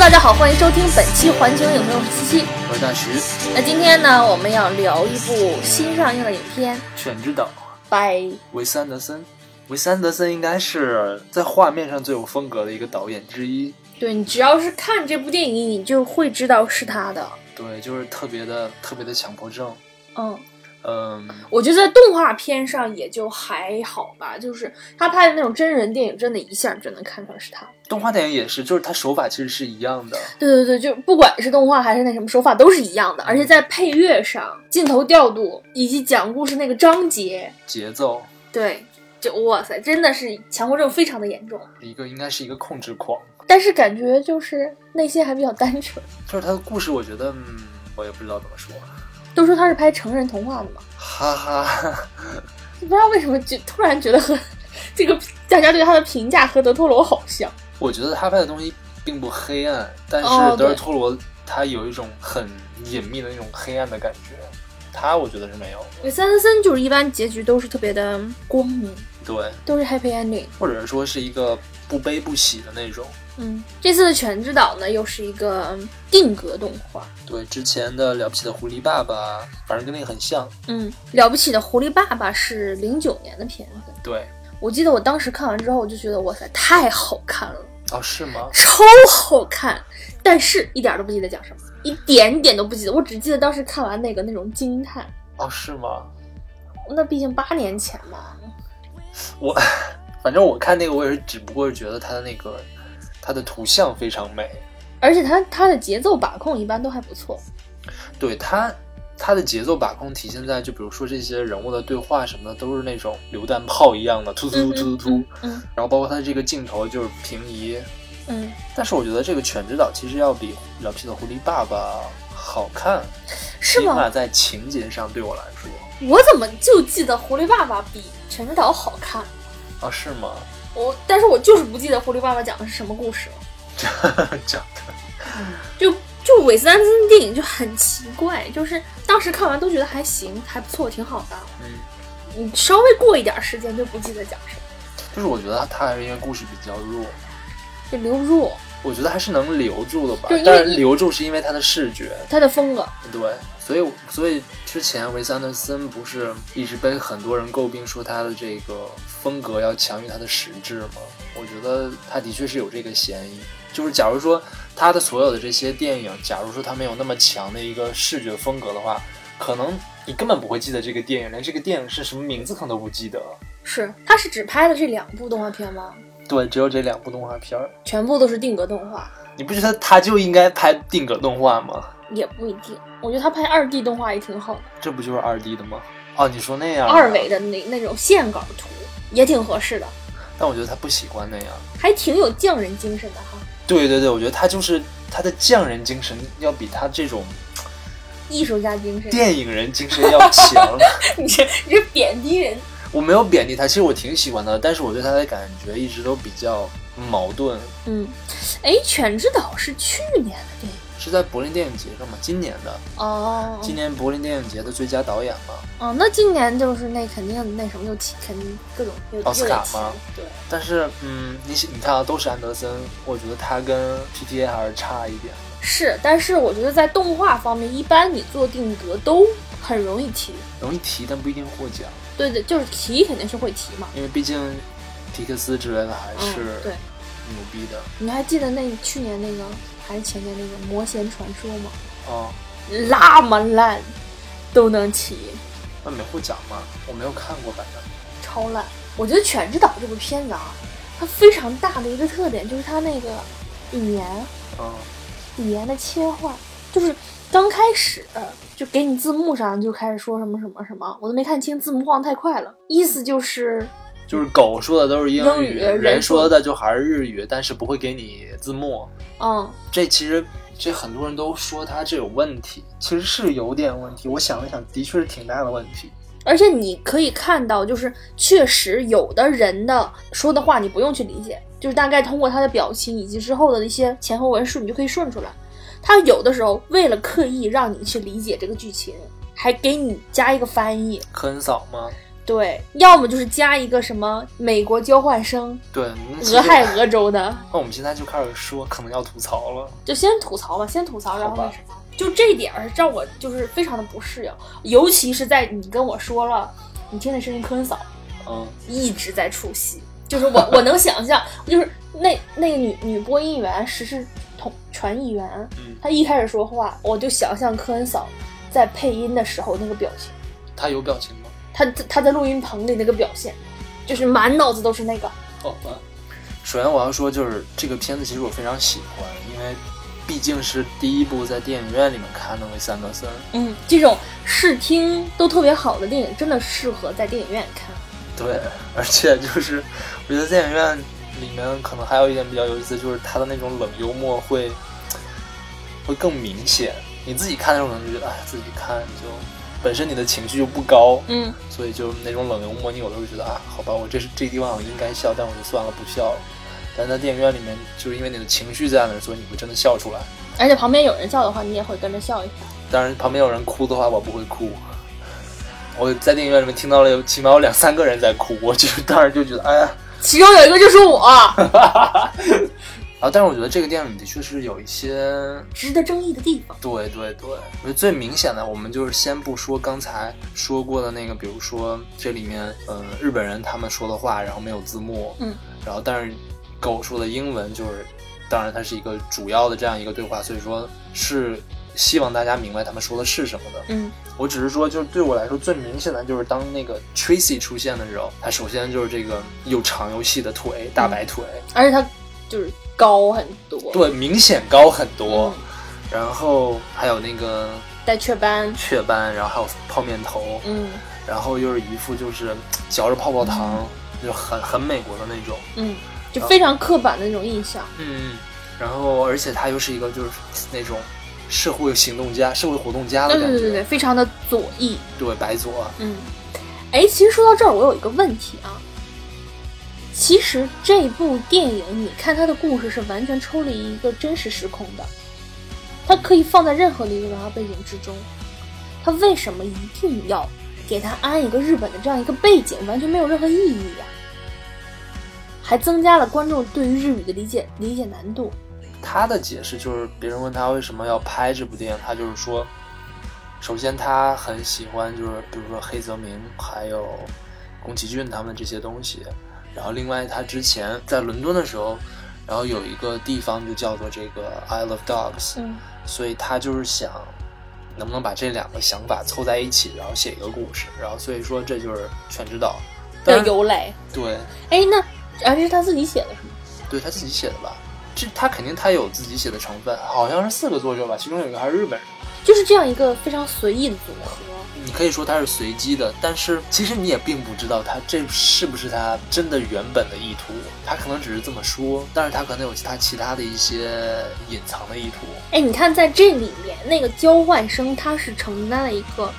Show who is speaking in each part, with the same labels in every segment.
Speaker 1: 大家好，欢迎收听本期环球影城，我是七七。
Speaker 2: 我是大徐，
Speaker 1: 那今天呢，我们要聊一部新上映的影片《
Speaker 2: 《犬之岛》
Speaker 1: 拜》。
Speaker 2: 维斯安德森。维斯安德森应该是在画面上最有风格的一个导演之一，
Speaker 1: 对你只要是看这部电影，你就会知道是他的。
Speaker 2: 对，就是特别的特别的强迫症。
Speaker 1: 嗯，
Speaker 2: 嗯，
Speaker 1: 我觉得在动画片上也就还好吧，就是他拍的那种真人电影，真的一下就能看出来是他。
Speaker 2: 动画电影也是，就是它手法其实是一样的。
Speaker 1: 对对对，就不管是动画还是那什么手法都是一样的，而且在配乐上、镜头调度以及讲故事那个章节，
Speaker 2: 节奏，
Speaker 1: 对，就哇塞，真的是强迫症非常的严重。
Speaker 2: 一个应该是一个控制狂，
Speaker 1: 但是感觉就是内心还比较单纯。
Speaker 2: 就是它的故事，我觉得，嗯，我也不知道怎么说，
Speaker 1: 都说他是拍成人童话的嘛，
Speaker 2: 哈哈，
Speaker 1: 不知道为什么就突然觉得和这个大家对他的评价和德托罗好像。
Speaker 2: 我觉得他拍的东西并不黑暗，但
Speaker 1: 哦
Speaker 2: 是
Speaker 1: 对
Speaker 2: 德尔托罗他有一种很隐秘的那种黑暗的感觉，他我觉得是没有的。
Speaker 1: 韦斯安德森就是一般结局都是特别的光明，
Speaker 2: 对，
Speaker 1: 都是 happy ending。
Speaker 2: 或者说是一个不悲不喜的那种。
Speaker 1: 嗯，这次的《犬之岛》呢，又是一个嗯定格动画。
Speaker 2: 对，之前的了不起的狐狸爸爸，反正跟那个很像。
Speaker 1: 嗯，了不起的狐狸爸爸是零九年的片子，
Speaker 2: 对，
Speaker 1: 我记得我当时看完之后，我就觉得哇塞，太好看了，
Speaker 2: 哦，是吗？
Speaker 1: 超好看，但是一点儿都不记得讲什么，一点点都不记得，我只记得当时看完那个那种惊叹。
Speaker 2: 哦，是吗？
Speaker 1: 那毕竟八年前嘛，
Speaker 2: 我 反正我看那个，我也是，只不过是觉得他的那个他的图像非常美。
Speaker 1: 而且他他的节奏把控一般都还不错。
Speaker 2: 对他。他的节奏把控体现在，就比如说这些人物的对话什么的，都是那种榴弹炮一样的突突突突突，
Speaker 1: 嗯
Speaker 2: 然后包括他这个镜头就是平移。
Speaker 1: 嗯，
Speaker 2: 但是我觉得这个《犬之岛》其实要比《了不起的狐狸爸爸》好看，
Speaker 1: 是
Speaker 2: 起
Speaker 1: 吗
Speaker 2: 码？在情节上对我来说，
Speaker 1: 我怎么就记得狐狸爸爸比全之岛好看？
Speaker 2: 啊，是吗？
Speaker 1: 我但是我就是不记得狐狸爸爸讲的是什么故事了。
Speaker 2: 讲的
Speaker 1: 就就韦斯安德森电影就很奇怪，就是当时看完都觉得还行，还不错，挺好的。
Speaker 2: 嗯，
Speaker 1: 你稍微过一点时间就不记得讲什么，
Speaker 2: 就是我觉得他还是因为故事比较弱，
Speaker 1: 就刘若
Speaker 2: 我觉得还是能留住的吧
Speaker 1: 就因为。
Speaker 2: 但是
Speaker 1: 一
Speaker 2: 留住是因为他的视觉，
Speaker 1: 他的风格，
Speaker 2: 对，所以所以之前维斯安德森不是一直被很多人诟病说他的这个风格要强于他的实质吗？我觉得他的确是有这个嫌疑。就是假如说他的所有的这些电影，假如说他没有那么强的一个视觉风格的话，可能你根本不会记得这个电影，连这个电影是什么名字可能都不记得。
Speaker 1: 是他是只拍的这两部动画片吗？
Speaker 2: 对，只有这两部动画片儿。
Speaker 1: 全部都是定格动画，
Speaker 2: 你不觉得他就应该拍定格动画吗？
Speaker 1: 也不一定。我觉得他拍二 D 动画也挺好的。
Speaker 2: 这不就是二 D 的吗？哦，你说那样的
Speaker 1: 二维，的那那种线稿图也挺合适的，
Speaker 2: 但我觉得他不喜欢那样。
Speaker 1: 还挺有匠人精神的哈。
Speaker 2: 对对对，我觉得他就是他的匠人精神要比他这种
Speaker 1: 艺术家精神，
Speaker 2: 电影人精神要强。
Speaker 1: 你这你这贬低人，
Speaker 2: 我没有贬低他，其实我挺喜欢他的，但是我对他的感觉一直都比较矛盾。
Speaker 1: 嗯，哎，《犬之岛》是去年的电影
Speaker 2: 是在柏林电影节上嘛？今年的，
Speaker 1: 哦
Speaker 2: 今年柏林电影节的最佳导演嘛。
Speaker 1: 哦，那今年就是那肯定那什么又提肯定各种又
Speaker 2: 奥斯卡
Speaker 1: 又
Speaker 2: 吗？
Speaker 1: 得提对，
Speaker 2: 但是，嗯，你你看啊，都是安德森，我觉得他跟 PTA 还是差一点。
Speaker 1: 是，但是我觉得在动画方面，一般你做定格都很容易提。
Speaker 2: 容易提，但不一定获奖，
Speaker 1: 对对，就是提肯定是会提嘛。
Speaker 2: 因为毕竟皮克斯之类的还
Speaker 1: 嗯
Speaker 2: 是，
Speaker 1: 对，
Speaker 2: 牛逼的
Speaker 1: 你还记得那去年那个还是前年那个《魔弦传说》吗？
Speaker 2: 哦。
Speaker 1: 那么烂都能骑，
Speaker 2: 那没获奖吗？我没有看过，反正
Speaker 1: 超烂。我觉得《犬之岛》这部片子啊，它非常大的一个特点就是它那个语言
Speaker 2: 嗯，
Speaker 1: 语言的切换，就是刚开始就给你字幕上就开始说什么什么什么，我都没看清，字幕晃得太快了，意思就是
Speaker 2: 就是狗说的都是英
Speaker 1: 英语
Speaker 2: 语，
Speaker 1: 人
Speaker 2: 人
Speaker 1: 说
Speaker 2: 说的就还是日语，但是不会给你字幕。
Speaker 1: 嗯，
Speaker 2: 这其实这很多人都说他这有问题，其实是有点问题。我想了想，的确是挺大的问题。
Speaker 1: 而且你可以看到，就是确实有的人的说的话你不用去理解，就是大概通过他的表情以及之后的一些前后文顺，你就可以顺出来。他有的时候为了刻意让你去理解这个剧情，还给你加一个翻译，
Speaker 2: 科恩嫂吗？
Speaker 1: 对，要么就是加一个什么美国交换生，
Speaker 2: 对，那其实
Speaker 1: 俄亥俄州的，
Speaker 2: 那我们现在就开始说，可能要吐槽了。
Speaker 1: 就先吐槽吧，先吐槽，然后
Speaker 2: 好吧
Speaker 1: 那什么，就这一点儿让我就是非常的不适应，尤其是在你跟我说了你天天身近科恩嫂
Speaker 2: 嗯，
Speaker 1: 一直在出戏，就是我 我能想象，就是那那个女女播音员时事统传译员
Speaker 2: 嗯，
Speaker 1: 她一开始说话，我就想象科恩嫂在配音的时候那个表情，
Speaker 2: 他有表情吗？
Speaker 1: 她她在录音棚里那个表现，就是满脑子都是那个，
Speaker 2: 好吧。哦啊首先我要说，就是这个片子其实我非常喜欢，因为毕竟是第一部在电影院里面看的维斯安德森。
Speaker 1: 嗯，这种视听都特别好的电影，真的适合在电影院看。
Speaker 2: 对，而且就是我觉得电影院里面可能还有一点比较有意思，就是他的那种冷幽默会会更明显。你自己看的时候可能就觉得，哎，自己看就本身你的情绪就不高，
Speaker 1: 嗯，
Speaker 2: 所以就那种冷幽默，你有的时候觉得啊，好吧，我这是这地方我应该笑，但我就算了不笑了。但在电影院里面，就是因为你的情绪在那儿，所以你会真的笑出来。
Speaker 1: 而且旁边有人笑的话，你也会跟着笑一下。
Speaker 2: 当然，旁边有人哭的话，我不会哭。我在电影院里面听到了有起码有两三个人在哭，我就 当时就觉得，哎呀，
Speaker 1: 其中有一个就是我，
Speaker 2: 啊！但是我觉得这个电影的确是有一些，
Speaker 1: 值得争议的地方。
Speaker 2: 对对对，我觉得最明显的，我们就是先不说刚才说过的那个，比如说这里面，呃，日本人他们说的话，然后没有字幕，
Speaker 1: 嗯，
Speaker 2: 然后但是狗说的英文就是，当然它是一个主要的这样一个对话，所以说是希望大家明白他们说的是什么的。
Speaker 1: 嗯，
Speaker 2: 我只是说，就是对我来说最明显的就是当那个 Tracy 出现的时候，他首先就是这个又长又细的腿，大
Speaker 1: 嗯
Speaker 2: 白腿，
Speaker 1: 而且他就是高很多，，
Speaker 2: 对，明显高很多。
Speaker 1: 嗯，
Speaker 2: 然后还有那个
Speaker 1: 带雀斑，
Speaker 2: 雀斑，然后还有泡面头，
Speaker 1: 嗯
Speaker 2: 然后又是一副就是嚼着泡泡糖，就是很很美国的那种，
Speaker 1: 嗯，就非常刻板的那种印象。
Speaker 2: 嗯，然后而且他又是一个就是那种社会行动家、社会活动家的
Speaker 1: 嗯对
Speaker 2: 感觉，
Speaker 1: 对对对对，非常的左翼。
Speaker 2: 对白左，
Speaker 1: 嗯，哎，其实说到这儿，我有一个问题啊。其实这部电影，你看它的故事是完全抽离一个真实时空的，它可以放在任何的一个文化背景之中。它为什么一定要给它安一个日本的这样一个背景，完全没有任何意义呀、还增加了观众对于日语的理解理解难度。
Speaker 2: 他的解释就是，别人问他为什么要拍这部电影，他就是说，首先他很喜欢就是比如说黑泽明还有宫崎骏他们这些东西，然后另外他之前在伦敦的时候，然后有一个地方就叫做这个 Isle of Dogs，
Speaker 1: 嗯
Speaker 2: 所以他就是想能不能把这两个想法凑在一起，然后写一个故事，然后所以说这就是全知道当
Speaker 1: 的
Speaker 2: 然
Speaker 1: 由来。
Speaker 2: 对
Speaker 1: 哎，那而是他自己写的是吗？
Speaker 2: 对他自己写的吧。这他肯定他有自己写的成分，好像是四个作者吧，其中有一个还是日本人。
Speaker 1: 就是这样一个非常随意的组合。
Speaker 2: 你可以说它是随机的，但是其实你也并不知道它这是不是它真的原本的意图，它可能只是这么说，但是它可能有它其他的一些隐藏的意图。
Speaker 1: 哎，你看，在这里面，那个交换生他是承担了一个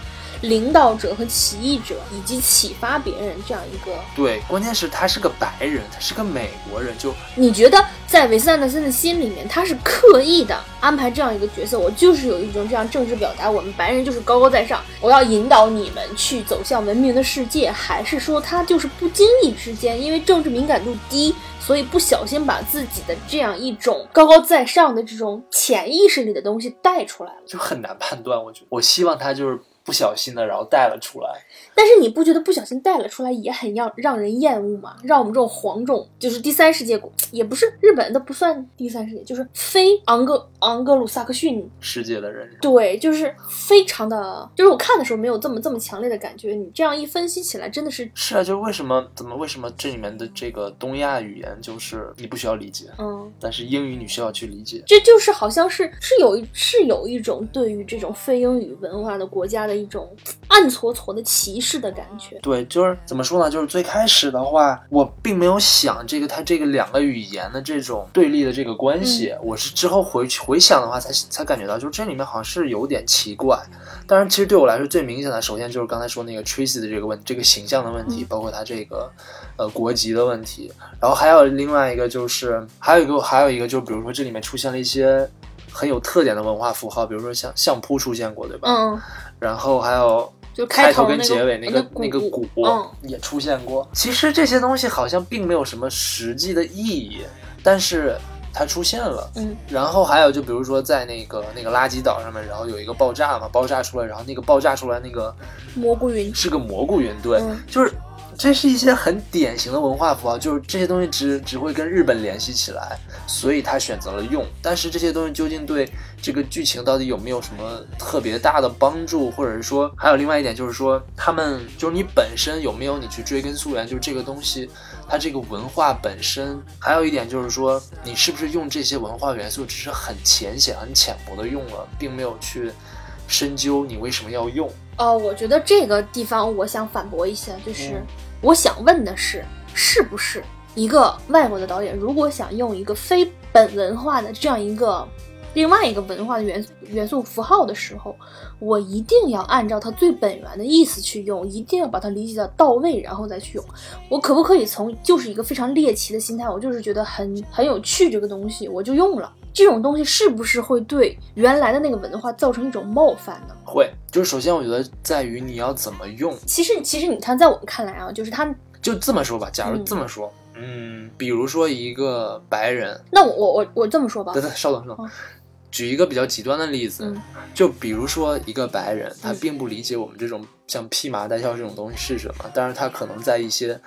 Speaker 1: 领导者和起义者以及启发别人这样一个。
Speaker 2: 对，关键是他是个白人，他是个美国人，就
Speaker 1: 你觉得在维斯安德森的心里面，他是刻意的安排这样一个角色？我就是有一种这样政治表达，我们白人就是高高在上，我要引导你们去走向文明的世界，还是说他就是不经意之间，因为政治敏感度低，所以不小心把自己的这样一种高高在上的这种潜意识里的东西带出来了？
Speaker 2: 就很难判断。我觉得，我希望他就是不小心的，然后带了出来。
Speaker 1: 但是你不觉得不小心带了出来也很让让人厌恶吗？让我们这种黄种，就是第三世界国，也不是日本，都不算第三世界，就是非昂格昂格鲁萨克逊，
Speaker 2: 世界的人，
Speaker 1: 对，就是非常的，就是我看的时候没有这么这么强烈的感觉，你这样一分析起来，真的是，
Speaker 2: 是啊，就是为什么怎么为什么这里面的这个东亚语言就是你不需要理解，
Speaker 1: 嗯，
Speaker 2: 但是英语你需要去理解。
Speaker 1: 这就是好像是是有一是有一种对于这种非英语文化的国家的一种暗搓搓的歧视的感觉，
Speaker 2: 对，就是怎么说呢？就是最开始的话，我并没有想这个它这个两个语言的这种对立的这个关系，我是之后回去回想的话才才感觉到，就是这里面好像是有点奇怪。当然，其实对我来说最明显的，首先就是刚才说那个 Tracy 的这个问这个形象的问题，
Speaker 1: 嗯
Speaker 2: 包括他这个呃国籍的问题，然后还有另外一个就是还有一个还有一个就是比如说这里面出现了一些很有特点的文化符号，比如说像相扑出现过，对吧？
Speaker 1: 嗯，
Speaker 2: 然后还有
Speaker 1: 就
Speaker 2: 开
Speaker 1: 头
Speaker 2: 跟
Speaker 1: 那
Speaker 2: 结
Speaker 1: 个
Speaker 2: 尾那个
Speaker 1: 那
Speaker 2: 个
Speaker 1: 鼓
Speaker 2: 鼓
Speaker 1: 嗯
Speaker 2: 也出现过。其实这些东西好像并没有什么实际的意义，但是它出现了。
Speaker 1: 嗯，
Speaker 2: 然后还有就比如说在那个那个垃圾岛上面，然后有一个爆炸嘛，爆炸出来，然后那个爆炸出来那个
Speaker 1: 蘑菇云，
Speaker 2: 是个蘑菇云，对，
Speaker 1: 嗯
Speaker 2: 就是这是一些很典型的文化符号，就是这些东西只只会跟日本联系起来，所以他选择了用。但是这些东西究竟对这个剧情到底有没有什么特别大的帮助，或者是说，还有另外一点就是说，他们就是你本身有没有你去追根溯源，就是这个东西。它这个文化本身，还有一点就是说，你是不是用这些文化元素只是很浅显、很浅薄的用了，并没有去深究你为什么要用。
Speaker 1: 呃，我觉得这个地方我想反驳一下，就是、
Speaker 2: 嗯
Speaker 1: 我想问的是，是不是一个外国的导演如果想用一个非本文化的这样一个另外一个文化的元素元素符号的时候，我一定要按照它最本源的意思去用，一定要把它理解到到位，然后再去用。我可不可以从就是一个非常猎奇的心态，我就是觉得很很有趣这个东西，我就用了。这种东西是不是会对原来的那个文化造成一种冒犯呢？
Speaker 2: 会，就是首先我觉得在于你要怎么用。
Speaker 1: 其实，其实你看，在我们看来啊，就是他，
Speaker 2: 就这么说吧，假如
Speaker 1: 嗯
Speaker 2: 这么说，嗯，比如说一个白人，
Speaker 1: 那我我我我这么说吧
Speaker 2: 等，等，稍等稍等
Speaker 1: 哦，
Speaker 2: 举一个比较极端的例子，
Speaker 1: 嗯
Speaker 2: 就比如说一个白人，他
Speaker 1: 嗯
Speaker 2: 并不理解我们这种像披麻戴孝这种东西是什么，但是他可能在一些。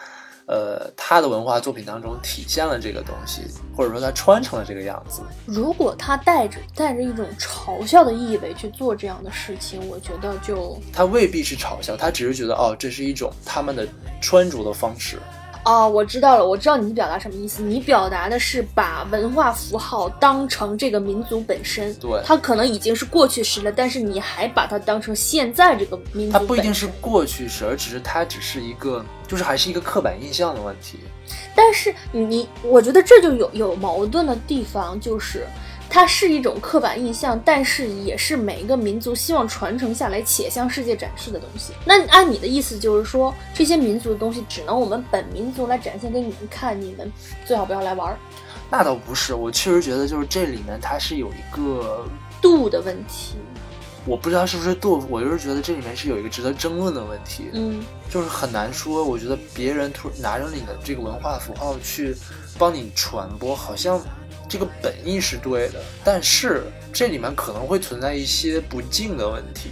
Speaker 2: 呃，他的文化作品当中体现了这个东西，或者说他穿成了这个样子，
Speaker 1: 如果他带着带着一种嘲笑的意味去做这样的事情，我觉得就
Speaker 2: 他未必是嘲笑，他只是觉得哦，这是一种他们的穿着的方式。
Speaker 1: 啊、我知道了，我知道你表达什么意思。你表达的是把文化符号当成这个民族本身，
Speaker 2: 对
Speaker 1: 它可能已经是过去式了，但是你还把它当成现在这个民族
Speaker 2: 它
Speaker 1: 本身，
Speaker 2: 不一定是过去式，而只是它只是一个，就是还是一个刻板印象的问题。
Speaker 1: 但是你，我觉得这就有有矛盾的地方，就是它是一种刻板印象，但是也是每一个民族希望传承下来且向世界展示的东西。那按你的意思，就是说这些民族的东西只能我们本民族来展现给你们看，你们最好不要来玩儿。
Speaker 2: 那倒不是，我确实觉得就是这里面它是有一个，
Speaker 1: 度的问题，
Speaker 2: 我不知道是不是度，我就是觉得这里面是有一个值得争论的问题，
Speaker 1: 嗯，
Speaker 2: 就是很难说。我觉得别人突拿着你的这个文化符号去帮你传播，好像这个本意是对的，但是这里面可能会存在一些不敬的问 题。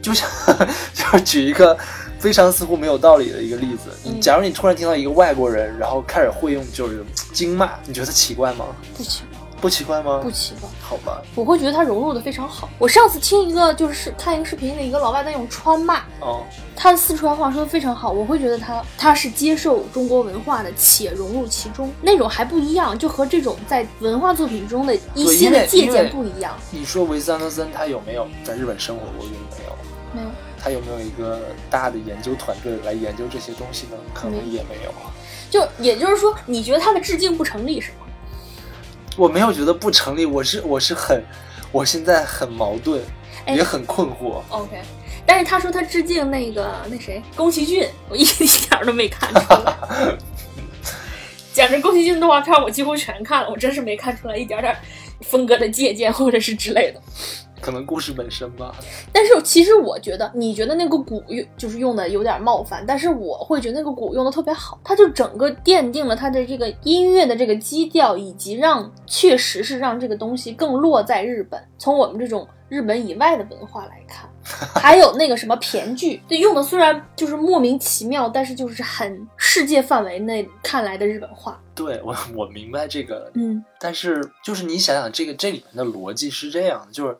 Speaker 2: 就像 就是举一个非常似乎没有道理的一个例子，
Speaker 1: 嗯
Speaker 2: 假如你突然听到一个外国人，然后开始会用就是经骂，你觉得奇怪吗？
Speaker 1: 不奇怪，
Speaker 2: 不奇怪吗？
Speaker 1: 不奇怪。
Speaker 2: 好吧，
Speaker 1: 我会觉得它融入的非常好。我上次听一个就是看一个视频里一个老外在用川骂，
Speaker 2: 哦，
Speaker 1: 他的四川话说的非常好，我会觉得他他是接受中国文化的，且融入其中，那种还不一样，就和这种在文化作品中的一
Speaker 2: 对
Speaker 1: 些
Speaker 2: 因为
Speaker 1: 的借
Speaker 2: 因为
Speaker 1: 鉴不一样。
Speaker 2: 你说维斯安德森他有没有在日本生活过？有没有？
Speaker 1: 没有，
Speaker 2: 他有没有一个大的研究团队来研究这些东西呢？可能
Speaker 1: 嗯
Speaker 2: 也没有。
Speaker 1: 就也就是说，你觉得他的致敬不成立是吗？
Speaker 2: 我没有觉得不成立，我是我是很，我现在很矛盾，
Speaker 1: 哎
Speaker 2: 也很困惑。
Speaker 1: OK，但 是他说他致敬那个那谁宫崎骏，我一 一点儿都没看出来。 讲真，宫崎骏动画片我几乎全看了，我真是没看出来一点点风格的借鉴或者是之类的。
Speaker 2: 可能故事本身吧，
Speaker 1: 但是其实我觉得，你觉得那个鼓用就是用的有点冒犯，但是我会觉得那个鼓用的特别好，它就整个奠定了它的这个音乐的这个基调，以及让确实是让这个东西更落在日本，从我们这种日本以外的文化来 看，还有那个什么骈剧，对用的虽然就是莫名其妙，但是就是很世界范围内看来的日本话，
Speaker 2: 对我我明白这个，
Speaker 1: 嗯，
Speaker 2: 但是就是你想想这个这里面的逻辑是这样的，就是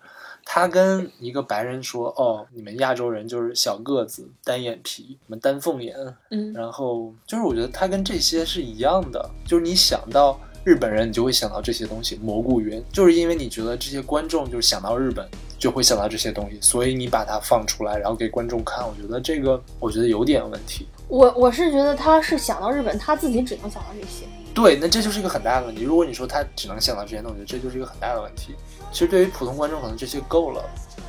Speaker 2: 他跟一个白人说，哦，你们亚洲人就是小个子、单眼皮、什么单凤眼，
Speaker 1: 嗯，
Speaker 2: 然后就是我觉得它跟这些是一样的，就是你想到日本人，你就会想到这些东西，蘑菇云，就是因为你觉得这些观众就是想到日本，就会想到这些东西，所以你把它放出来，然后给观众看，我觉得这个我觉得有点问题。
Speaker 1: 我我是觉得他是想到日本，他自己只能想到这些。
Speaker 2: 对，那这就是一个很大的问题。如果你说他只能想到这些，那我觉得这就是一个很大的问题。其实对于普通观众，可能这些够了。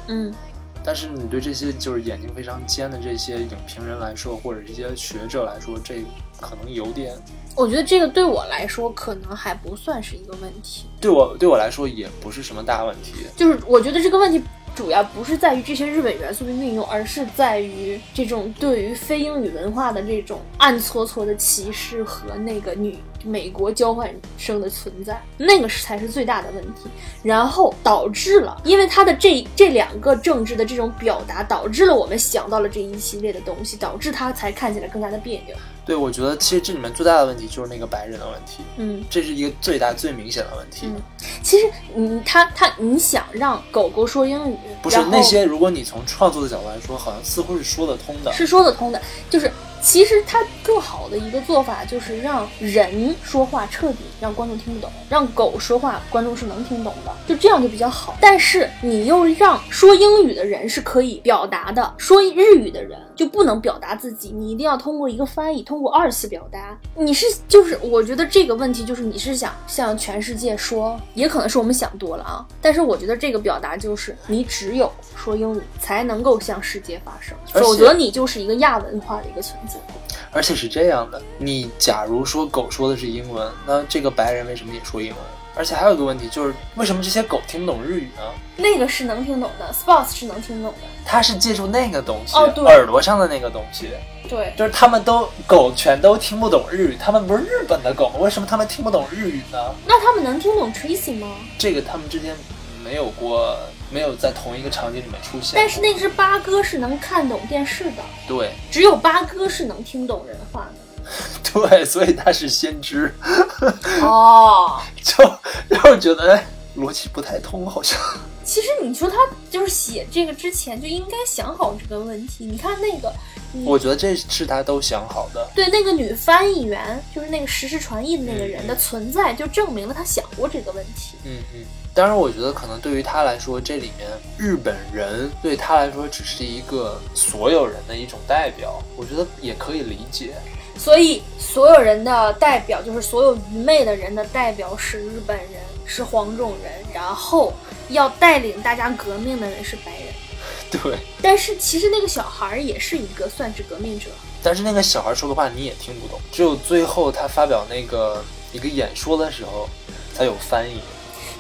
Speaker 1: 嗯，
Speaker 2: 但是你对这些就是眼睛非常尖的这些影评人来说，或者一些学者来说，这可能有点
Speaker 1: 我觉得这个对我来说可能还不算是一个问题，
Speaker 2: 对我对我来说也不是什么大问题。
Speaker 1: 就是我觉得这个问题主要不是在于这些日本元素的运用，而是在于这种对于非英语文化的这种暗搓搓的歧视和那个女美国交换生的存在，那个是才是最大的问题。然后导致了，因为他的这这两个政治的这种表达，导致了我们想到了这一系列的东西，导致他才看起来更加的别扭。
Speaker 2: 对，我觉得其实这里面最大的问题就是那个白人的问题，
Speaker 1: 嗯，
Speaker 2: 这是一个最大最明显的问题。
Speaker 1: 嗯其实你他他你想让狗狗说英语，
Speaker 2: 不是
Speaker 1: 然后
Speaker 2: 那些，如果你从创作的角度来说，好像似乎是说得通的。
Speaker 1: 是说得通的，就是其实它更好的一个做法就是让人说话彻底让观众听不懂，让狗说话观众是能听懂的，就这样就比较好。但是你又让说英语的人是可以表达的，说日语的人就不能表达自己，你一定要通过一个翻译，通过二次表达。你是就是我觉得这个问题就是你是想向全世界说，也可能是我们想多了啊。但是我觉得这个表达就是你只有说英语才能够向世界发声，
Speaker 2: 而且
Speaker 1: 否则你就是一个亚文化的一个存在。
Speaker 2: 而且是这样的，你假如说狗说的是英文，那这个白人为什么也说英文？而且还有一个问题就是，为什么这些狗听不懂日语呢？
Speaker 1: 那个是能听懂的，sports 是能听懂的，
Speaker 2: 它是借助那个东西，
Speaker 1: 哦对
Speaker 2: 耳朵上的那个东西，
Speaker 1: 对。
Speaker 2: 就是他们都狗全都听不懂日语，他们不是日本的狗，为什么他们听不懂日语呢？
Speaker 1: 那他们能听懂 Tracy 吗？
Speaker 2: 这个他们之间没有过，没有在同一个场景里面出现过。
Speaker 1: 但是那只八哥是能看懂电视的，
Speaker 2: 对
Speaker 1: 只有八哥是能听懂人话的。
Speaker 2: 对，所以他是先知，
Speaker 1: 哦，
Speaker 2: 就 就觉得哎逻辑不太通，好像。
Speaker 1: 其实你说他就是写这个之前就应该想好这个问题。你看那个，你
Speaker 2: 我觉得这是他都想好的。
Speaker 1: 对那个女翻译员，就是那个实时传译的那个人的存在，就证明了他想过这个问题。
Speaker 2: 嗯嗯，当然，我觉得可能对于他来说，这里面日本人对他来说只是一个所有人的一种代表，我觉得也可以理解。
Speaker 1: 所以，所有人的代表，就是所有愚昧的人的代表是日本人，是黄种人，然后要带领大家革命的人是白人。
Speaker 2: 对，
Speaker 1: 但是其实那个小孩儿也是一个算是革命者，
Speaker 2: 但是那个小孩说的话你也听不懂，只有最后他发表那个一个演说的时候才有翻译。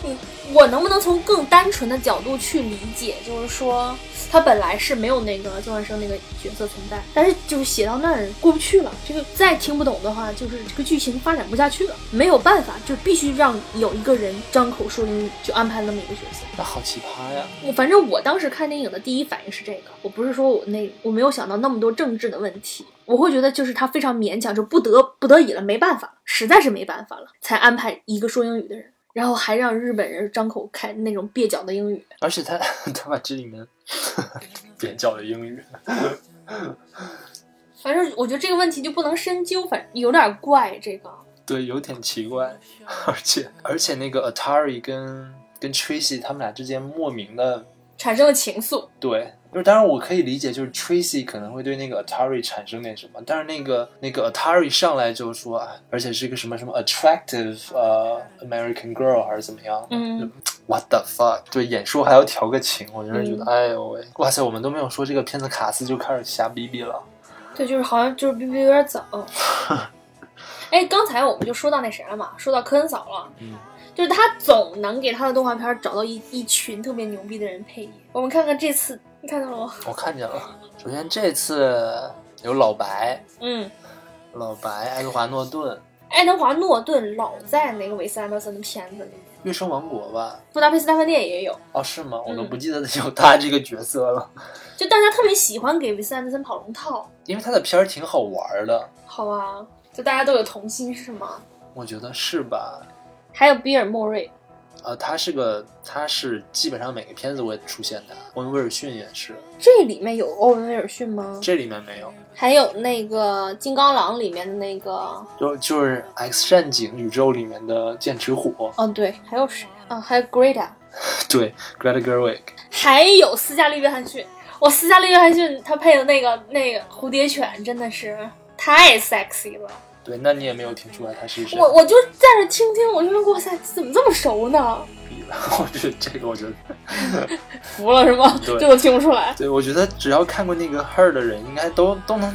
Speaker 1: 你我能不能从更单纯的角度去理解？就是说，他本来是没有那个交换生那个角色存在，但是就是写到那儿过不去了。这个再听不懂的话，就是这个剧情发展不下去了，没有办法，就必须让有一个人张口说英语，就安排了那么一个角色。
Speaker 2: 那好奇葩呀！
Speaker 1: 我反正我当时看电影的第一反应是这个，我不是说我那我没有想到那么多政治的问题，我会觉得就是他非常勉强，就不得不得已了，没办法了，实在是没办法了，才安排一个说英语的人，然后还让日本人张口开那种蹩脚的英语。
Speaker 2: 而且他 他把这里面 蹩脚的英语，
Speaker 1: 反正我觉得这个问题就不能深究，反正有点怪这个。
Speaker 2: 对，有点奇怪。而且而且那个 Atari 跟跟 Tracy 他们俩之间莫名的
Speaker 1: 产生了情愫，
Speaker 2: 对，就是当然我可以理解，就是 Tracy 可能会对那个 Atari 产生点什么，但是那个那个 Atari 上来就说啊，而且是一个什么什么 attractive 呃、American girl 还是怎么样？
Speaker 1: 嗯
Speaker 2: ，What the fuck？对，演说还要调个情，我就是觉得，
Speaker 1: 嗯
Speaker 2: 哎呦喂，哇塞，我们都没有说这个片子卡斯就开始瞎逼逼了。
Speaker 1: 对，就是好像就是比比有点早。哎，刚才我们就说到那谁了嘛，说到科恩嫂了，
Speaker 2: 嗯
Speaker 1: 就是他总能给他的动画片找到一一群特别牛逼的人配音。我们看看这次，你看到了吗？
Speaker 2: 我看见了，首先这次有老白，
Speaker 1: 嗯，
Speaker 2: 老白爱德华诺顿，《
Speaker 1: 爱德华诺顿老在那个韦斯安德森的片子里面，
Speaker 2: 月升王国》吧？
Speaker 1: 《布达佩斯大饭店》也有，
Speaker 2: 哦，是吗？我都
Speaker 1: 嗯
Speaker 2: 不记得有他这个角色了，
Speaker 1: 就大家特别喜欢给韦斯安德森跑龙套，
Speaker 2: 因为他的片儿挺好玩儿的。
Speaker 1: 好啊，就大家都有童心是吗？
Speaker 2: 我觉得是吧？
Speaker 1: 还有比尔莫瑞，
Speaker 2: 呃，他是个，他是基本上每个片子会出现的。温威尔逊也是，
Speaker 1: 这里面有欧文威尔逊吗？
Speaker 2: 这里面没有，
Speaker 1: 还有那个《金刚狼》里面的那个
Speaker 2: 就就是《X 战警》宇宙里面的剑齿虎，
Speaker 1: 哦，对，还有谁啊？还有 Greta，
Speaker 2: 对，Greta Gerwig，
Speaker 1: 还有斯嘉丽·约翰逊。我斯嘉丽·约翰逊她配的那个那个蝴蝶犬真的是太 sexy 了，
Speaker 2: 对，那你也没有听出来他是谁
Speaker 1: 我我就在这听听，我就说哇塞，怎么这么熟呢？
Speaker 2: 比的。 我觉得这个，我觉得，
Speaker 1: 服了是吗？
Speaker 2: 对
Speaker 1: 这都听不出来。
Speaker 2: 对我觉得只要看过那个《Her》的人，应该都都能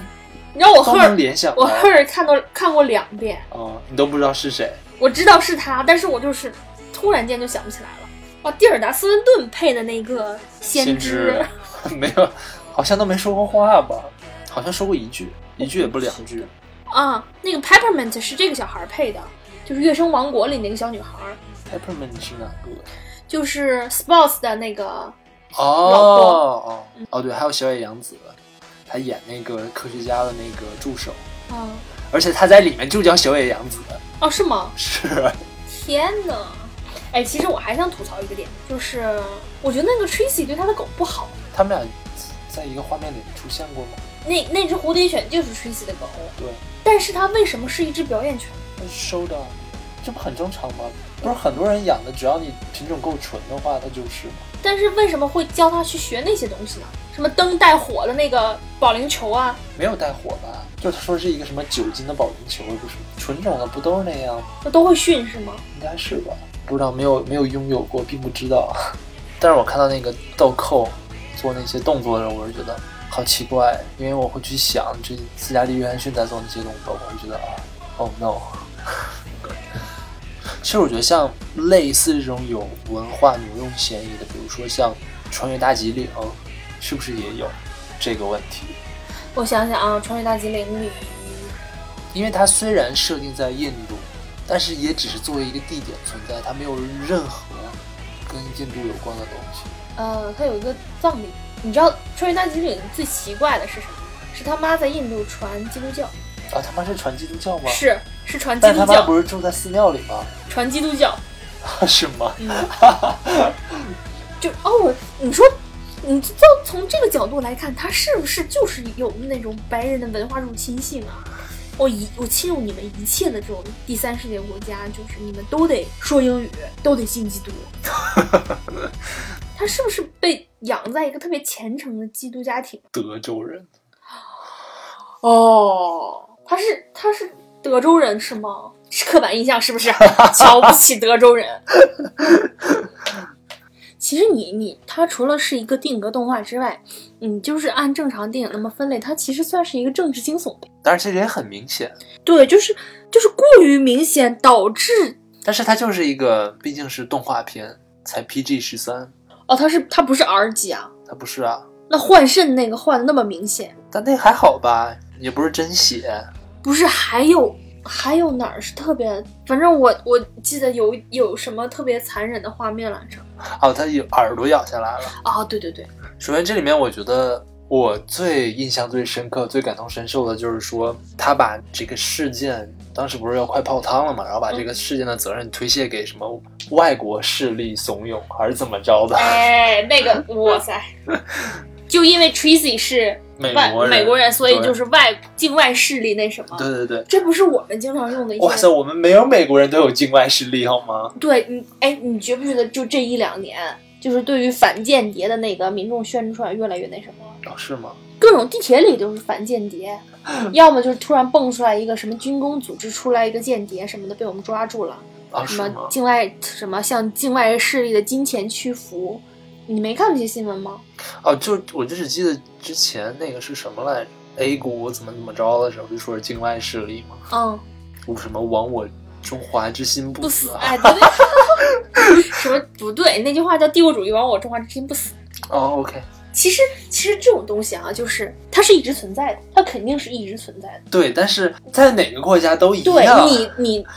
Speaker 1: 你知道我
Speaker 2: 都能
Speaker 1: her
Speaker 2: 联想到
Speaker 1: 我。her 看到看过两遍，
Speaker 2: 哦，你都不知道是谁，
Speaker 1: 我知道是他，但是我就是突然间就想不起来了。哦，蒂尔达·斯温顿配的那个先
Speaker 2: 先知 没有，好像都没说过话吧？好像说过一句，一句也不两句。
Speaker 1: 啊，那个 Peppermint 是这个小孩配的，就是《月升王国》里那个小女孩，
Speaker 2: Peppermint 是哪个？
Speaker 1: 就是 Spots 的那个
Speaker 2: 哦
Speaker 1: 嗯
Speaker 2: 哦哦，对，还有小野洋子，她演那个科学家的那个助手，
Speaker 1: 啊，
Speaker 2: 而且她在里面就叫小野洋子，
Speaker 1: 哦，是吗？
Speaker 2: 是
Speaker 1: 天哪！哎，其实我还想吐槽一个点，就是我觉得那个 Tracy 对他的狗不好。
Speaker 2: 他们俩在一个画面里出现过吗？
Speaker 1: 那那只蝴蝶犬就是 Tracy 的狗，
Speaker 2: 对，
Speaker 1: 但是它为什么是一只表演犬？
Speaker 2: 那是收的，这不很正常吗？不是很多人养的，只要你品种够纯的话，它就是嘛。
Speaker 1: 但是为什么会教它去学那些东西呢？什么灯带火的那个保龄球啊？
Speaker 2: 没有带火吧？就他说是一个什么酒精的保龄球，不是纯种的不都是那样吗？
Speaker 1: 那都会训是吗？
Speaker 2: 应该是吧？不知道，没有没有拥有过，并不知道。 但是我看到那个豆蔻做那些动作的时候，我是觉得好奇怪，因为我会去想这斯嘉丽·约翰逊在做那些动作，我会觉得啊，Oh no。其实我觉得像类似这种有文化挪用嫌疑的，比如说像《穿越大吉岭》，是不是也有这个问题？
Speaker 1: 我想想啊，《穿越大吉岭》里，
Speaker 2: 因为它虽然设定在印度，但是也只是作为一个地点存在，它没有任何跟印度有关的东西。
Speaker 1: 呃，它有一个葬礼。你知道《穿越大吉岭》最奇怪的是什么？是他妈在印度传基督教，
Speaker 2: 啊，他妈是传基督教吗？
Speaker 1: 是是传基
Speaker 2: 但他
Speaker 1: 督
Speaker 2: 妈
Speaker 1: 教，
Speaker 2: 不是住在寺庙里吗？
Speaker 1: 传基督教。
Speaker 2: 是吗？
Speaker 1: 嗯，就哦，我你说，你就从这个角度来看，他是不是就是有那种白人的文化入侵性啊？我一我侵入你们一切的这种第三世界国家，就是你们都得说英语，都得信 基督。他是不是被养在一个特别虔诚的基督家庭？
Speaker 2: 德州人，
Speaker 1: 哦，他是他是德州人是吗？是刻板印象是不 是？瞧不起德 州人。其实你你它除了是一个定格动画之外，你就是按正常电影那么分类，它其实算是一个政治惊悚片。
Speaker 2: 但是这个也很明显。
Speaker 1: 对，就是就是过于明显，导致
Speaker 2: 但是它就是一个，毕竟是动画片，才 PG 十三，
Speaker 1: 哦，它是它不是 R 级啊，
Speaker 2: 它不是啊。
Speaker 1: 那换肾那个换的那么明显，
Speaker 2: 但那还好吧，也不是真血。
Speaker 1: 不是还有还有哪儿是特别？反正我我记得有有什么特别残忍的画面来着？
Speaker 2: 哦，它有耳朵咬下来了。
Speaker 1: 啊，对对对。
Speaker 2: 首先，这里面我觉得我最印象最深刻、最感同身受的就是说，他把这个事件，当时不是要快泡汤了嘛，然后把这个事件的责任推卸给什么外国势力怂恿，还是怎么着的？
Speaker 1: 哎，那个，哇 塞！就因为 Tracy 是
Speaker 2: 美
Speaker 1: 外
Speaker 2: 国人，
Speaker 1: 美国人，所以
Speaker 2: 对
Speaker 1: 就是外境外势力那什么。
Speaker 2: 对对对。
Speaker 1: 这不是我们经常用的一
Speaker 2: 哇塞，
Speaker 1: 些。
Speaker 2: 我们没有美国人都有境外势力好吗？
Speaker 1: 对你，哎，你觉不觉得就这一两年，就是对于反间谍的那个民众宣传越来越那什么了？
Speaker 2: 哦，是吗？
Speaker 1: 各种地铁里都是反间谍， 要么就是突然蹦出来一个什么军工组织出来一个间谍什么的被我们抓住了，
Speaker 2: 啊，
Speaker 1: 什
Speaker 2: 是
Speaker 1: 么
Speaker 2: 吗？
Speaker 1: 境外什么向境外势力的金钱屈服，你没看这些新闻吗？
Speaker 2: 哦，就我就只记得之前那个是什么来着？A 股怎么怎么着的时候，就说是境外势力嘛，
Speaker 1: 嗯，
Speaker 2: 什么亡我中华之心
Speaker 1: 不
Speaker 2: 不
Speaker 1: 死，
Speaker 2: 啊，
Speaker 1: 哎，对对， 什么不对？那句话叫“帝国主义亡我中华之心不死
Speaker 2: 哦，OK，”。
Speaker 1: 其实，其实这种东西啊，就是它是一直存在的，它肯定是一直存在的。
Speaker 2: 对，但是在哪个国家都一
Speaker 1: 对
Speaker 2: 样，
Speaker 1: 你，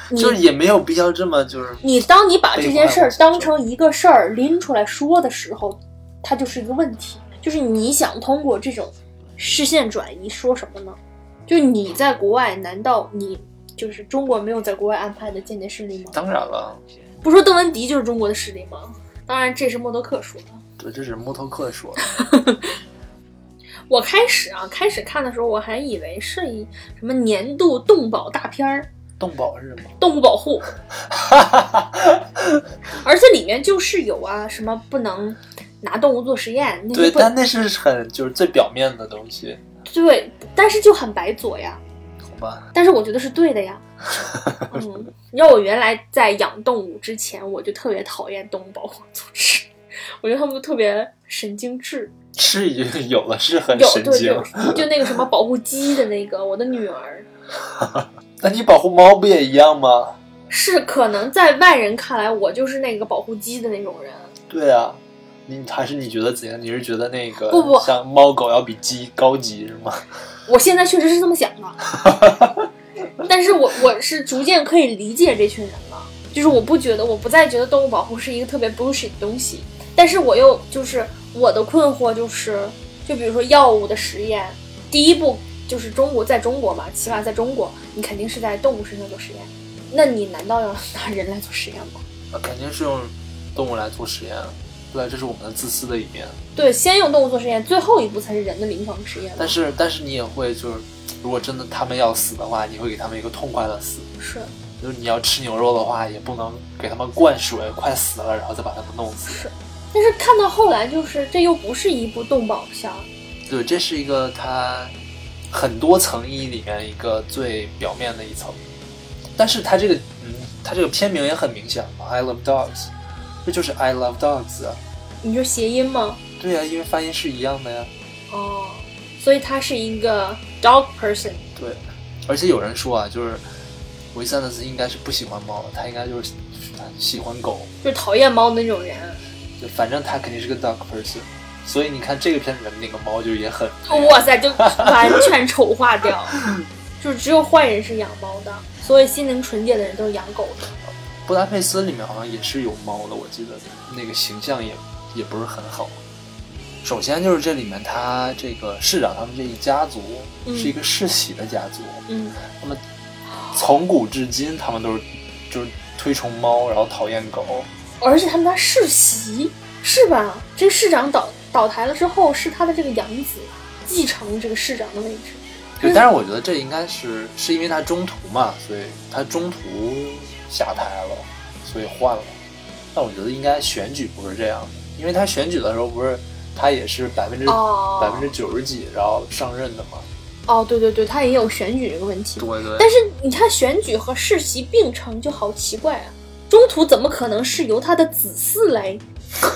Speaker 1: 你，
Speaker 2: 就是啊
Speaker 1: 你，
Speaker 2: 也没有必要这么就是
Speaker 1: 你，当你把这件事儿
Speaker 2: 被关
Speaker 1: 当成一个事儿拎出来说的时候，它就是一个问题。就是你想通过这种视线转移说什么呢？就是你在国外，难道你就是中国没有在国外安排的间谍势力吗？
Speaker 2: 当然了，
Speaker 1: 不是说邓文迪就是中国的势力吗？当然，这是默多克说的。
Speaker 2: 对，这是摩托克说的，
Speaker 1: 我开始啊，开始看的时候，我还以为是一什么年度动保大片儿、
Speaker 2: 动保是 吗？
Speaker 1: 动物保护， 而且里面就是有啊，什么不能拿动物做实验，那
Speaker 2: 对，
Speaker 1: 个不
Speaker 2: 但那是很就是最表面的东西，
Speaker 1: 对，但是就很白左呀。
Speaker 2: 好吧？
Speaker 1: 但是我觉得是对的 呀。嗯，你知道我原来在养动物之前，我就特别讨厌动物保护组织，我觉得他们特别神经质。
Speaker 2: 是有的是很
Speaker 1: 有
Speaker 2: 神
Speaker 1: 对
Speaker 2: 经，
Speaker 1: 对，就那个什么保护鸡的那个，我的女儿
Speaker 2: 那你保护猫不也一样吗？
Speaker 1: 是可能在外人看来，我就是那个保护鸡的那种人。
Speaker 2: 对啊，你还是你觉得怎样？你是觉得那个
Speaker 1: 不不
Speaker 2: 像猫狗要比鸡高级是吗？
Speaker 1: 我现在确实是这么想的，但是我我是逐渐可以理解这群人了，就是我不觉得，我不再觉得动物保护是一个特别 bullshit 的东西，但是我又就是我的困惑就是，就比如说药物的实验，第一步就是中国在中国嘛，起码在中国，你肯定是在动物身上做实验，那你难道要拿人来做实验吗？
Speaker 2: 啊肯定是用动物来做实验，对啊，这是我们的自私的一面。
Speaker 1: 对，先用动物做实验，最后一步才是人的临床实验嘛。
Speaker 2: 但是但是你也会就是，如果真的他们要死的话，你会给他们一个痛快的死。
Speaker 1: 是
Speaker 2: 就是你要吃牛肉的话，也不能给他们灌水，快死了然后再把他们弄死。
Speaker 1: 是，但是看到后来就是这又不是一部动保片儿。
Speaker 2: 对，这是一个它很多层意义里面一个最表面的一层，但是它这个嗯，它这个片名也很明显嘛，《I Love Dogs》，这就是《I Love Dogs》啊。
Speaker 1: 你说谐音吗？
Speaker 2: 对呀、啊因为发音是一样的呀。
Speaker 1: 哦，所以他是一个 dog person。
Speaker 2: 对，而且有人说啊，就是维斯安德斯应该是不喜欢猫的，他应该就是他喜欢狗，
Speaker 1: 就是讨厌猫的那种人，
Speaker 2: 就反正他肯定是个 dog person。所以你看这个片里面那个猫就也很，
Speaker 1: 哇塞，就完全丑化掉，就是只有坏人是养猫的，所有心灵纯洁的人都是养狗的。
Speaker 2: 布达佩斯里面好像也是有猫的，我记得那个形象也也不是很好。首先就是这里面他这个市长他们这一家族
Speaker 1: 嗯
Speaker 2: 是一个世袭的家族，
Speaker 1: 嗯，
Speaker 2: 从古至今他们都是就是推崇猫，然后讨厌狗。
Speaker 1: 而且他们家世袭是吧？这个市长倒倒台了之后，是他的这个养子继承这个市长的位置。
Speaker 2: 对，
Speaker 1: 嗯
Speaker 2: 但是我觉得这应该是是因为他中途嘛，所以他中途下台了，所以换了。但我觉得应该选举不是这样的，因为他选举的时候不是他也是百分之百
Speaker 1: 哦
Speaker 2: 分之九十几，然后上任的嘛。
Speaker 1: 哦，对对对，他也有选举这个问题。
Speaker 2: 对对
Speaker 1: 但是你看选举和世袭并称就好奇怪啊，中途怎么可能是由他的子嗣来？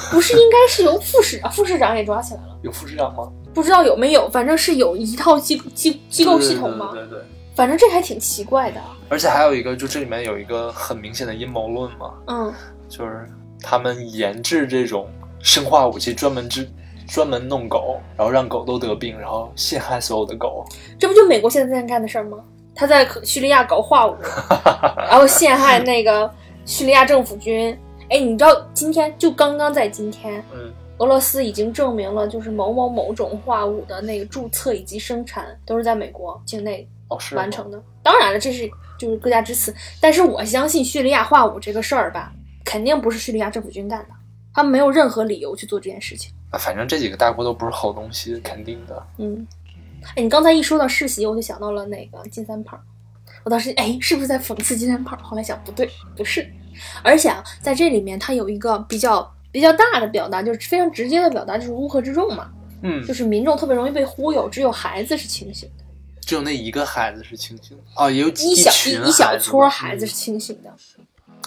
Speaker 1: 不是应该是由副市啊长，副市长也抓起来了，
Speaker 2: 有副市长吗？
Speaker 1: 不知道有没有，反正是有一套机机机构系统嘛
Speaker 2: 对，对对对对。
Speaker 1: 反正这还挺奇怪的。啊
Speaker 2: 而且还有一个，就这里面有一个很明显的阴谋论嘛，
Speaker 1: 嗯，
Speaker 2: 就是他们研制这种生化武器，专门制专门弄狗，然后让狗都得病，然后陷害所有的狗。
Speaker 1: 这不就美国现在在干的事儿吗？他在可叙利亚搞化武， 然后陷害那个叙利亚政府军。哎，你知道今天就刚刚在今天，
Speaker 2: 嗯，
Speaker 1: 俄罗斯已经证明了，就是某某某种化武的那个注册以及生产都是在美国境内
Speaker 2: 哦是吗
Speaker 1: 完。成的。当然了，这是就是各家之词，但是我相信叙利亚化武这个事儿吧，肯定不是叙利亚政府军干的，他们没有任何理由去做这件事情。
Speaker 2: 啊，反正这几个大国都不是好东西，肯定的。
Speaker 1: 嗯，哎，你刚才一说到世袭，我就想到了那个金三胖，我当时哎，是不是在讽刺金三胖？后来想不对，不是，而且啊，在这里面它有一个比较比较大的表达，就是非常直接的表达，就是乌合之众嘛。
Speaker 2: 嗯
Speaker 1: 就，是民众特别容易被忽悠，只有孩子是清醒的，
Speaker 2: 只有那一个孩子是清醒的。哦，也有几
Speaker 1: 一小
Speaker 2: 群
Speaker 1: 一一小
Speaker 2: 孩子
Speaker 1: 撮
Speaker 2: 吧
Speaker 1: 孩子
Speaker 2: 嗯
Speaker 1: 是清醒的。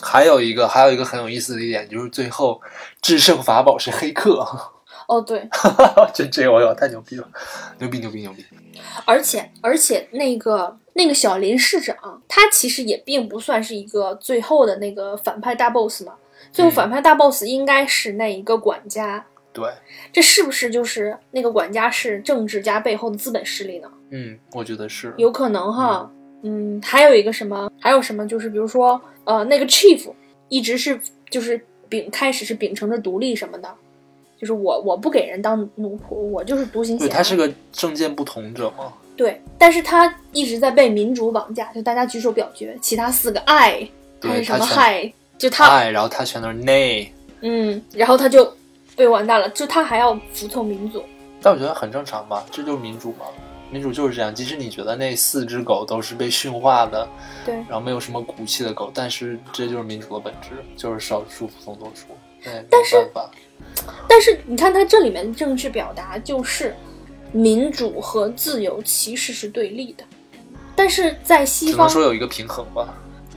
Speaker 2: 还有一个，还有一个很有意思的一点就是，最后制胜法宝是黑客。
Speaker 1: 哦，对，
Speaker 2: 这这我有太牛逼了，牛逼牛逼牛逼！
Speaker 1: 而且而且那个那个小林市长，他其实也并不算是一个最后的那个反派大 boss 嘛。最后
Speaker 2: 嗯
Speaker 1: 反派大 boss 应该是那一个管家，
Speaker 2: 对，
Speaker 1: 这是不是就是那个管家是政治家背后的资本势力呢？
Speaker 2: 嗯，我觉得是。
Speaker 1: 有可能哈，嗯，还有一个什么，还有什么就是比如说呃，那个 chief 一直是就是秉开始是秉承着独立什么的，就是我我不给人当奴仆，我就是独行侠。
Speaker 2: 对，他是个政见不同者嘛。
Speaker 1: 对，但是他一直在被民主绑架，就大家举手表决，其他四个爱还
Speaker 2: 对，
Speaker 1: 是什
Speaker 2: 他
Speaker 1: 么
Speaker 2: 全
Speaker 1: 害，就他，
Speaker 2: 爱，然后他全都是 nay，
Speaker 1: 嗯，然后他就被完蛋了，就他还要服从民主，
Speaker 2: 但我觉得很正常吧，这就是民主嘛。民主就是这样，即使你觉得那四只狗都是被驯化的，
Speaker 1: 对
Speaker 2: 然后没有什么骨气的狗，但是这就是民主的本质，就是少数服从多数。对，但是办法，
Speaker 1: 但是你看他这里面的政治表达就是，民主和自由其实是对立的，但是在西
Speaker 2: 只能
Speaker 1: 方，
Speaker 2: 说有一个平衡吧。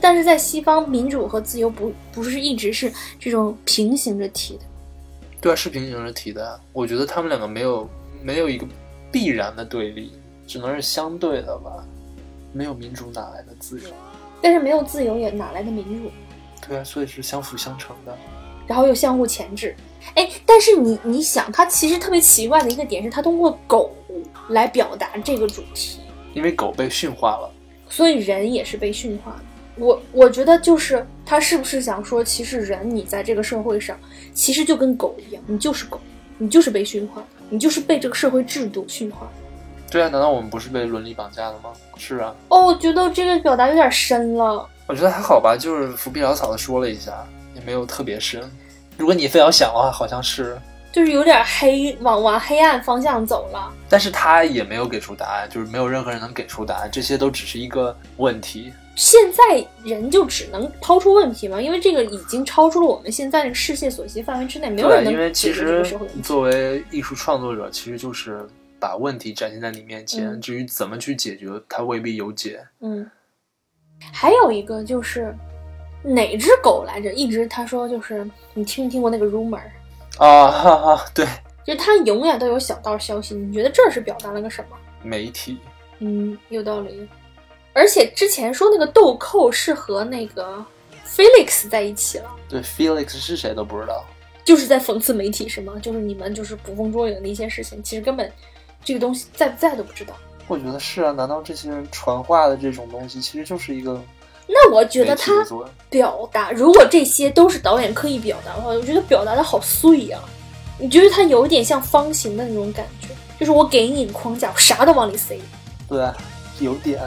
Speaker 1: 但是在西方，民主和自由不不是一直是这种平行着提的，
Speaker 2: 对啊，是平行着提的。我觉得他们两个没有没有一个必然的对立，只能是相对的吧。没有民主哪来的自由？
Speaker 1: 但是没有自由也哪来的民主？
Speaker 2: 对啊，所以是相辅相成的。
Speaker 1: 然后又相互钳制。哎，但是你你想，他其实特别奇怪的一个点是，他通过狗来表达这个主题，
Speaker 2: 因为狗被驯化了，
Speaker 1: 所以人也是被驯化的。我我觉得就是他是不是想说，其实人你在这个社会上，其实就跟狗一样，你就是狗，你就是被驯化，你就是被这个社会制度驯化。
Speaker 2: 对啊，难道我们不是被伦理绑架了吗？是啊，
Speaker 1: 哦，我觉得这个表达有点深了。
Speaker 2: 我觉得还好吧，就是浮皮潦草的说了一下，也没有特别深。如果你非要想的话，好像是，
Speaker 1: 就是有点黑，往往黑暗方向走了。
Speaker 2: 但是他也没有给出答案，就是没有任何人能给出答案，这些都只是一个问题。
Speaker 1: 现在人就只能抛出问题嘛，因为这个已经超出了我们现在这个视线所及范围之内，没有人
Speaker 2: 对，
Speaker 1: 能
Speaker 2: 因为
Speaker 1: 解
Speaker 2: 其
Speaker 1: 决这个
Speaker 2: 实
Speaker 1: 社会问题。
Speaker 2: 作为艺术创作者，其实就是把问题展现在你面前，
Speaker 1: 嗯
Speaker 2: 至于怎么去解决，他未必有解。
Speaker 1: 嗯，还有一个就是哪只狗来着？一直他说就是你听没听过那个 rumor？
Speaker 2: 啊哈哈，对，
Speaker 1: 就是他永远都有小道消息。你觉得这是表达了个什么？
Speaker 2: 媒体
Speaker 1: 嗯，有道理。而且之前说那个豆蔻是和那个 Felix 在一起了。
Speaker 2: 对 Felix 是谁都不知道。
Speaker 1: 就是在讽刺媒体是吗？就是你们就是捕风捉影的一些事情，其实根本这个东西在不在都不知道。
Speaker 2: 我觉得是啊，难道这些传话的这种东西，其实就是一个
Speaker 1: 那我觉
Speaker 2: 媒
Speaker 1: 得
Speaker 2: 体的
Speaker 1: 他
Speaker 2: 作用？
Speaker 1: 表达，如果这些都是导演刻意表达的话，我觉得表达的好碎呀、你觉得他有一点像方形的那种感觉，就是我给你框架，我啥都往里塞。
Speaker 2: 对啊，有点。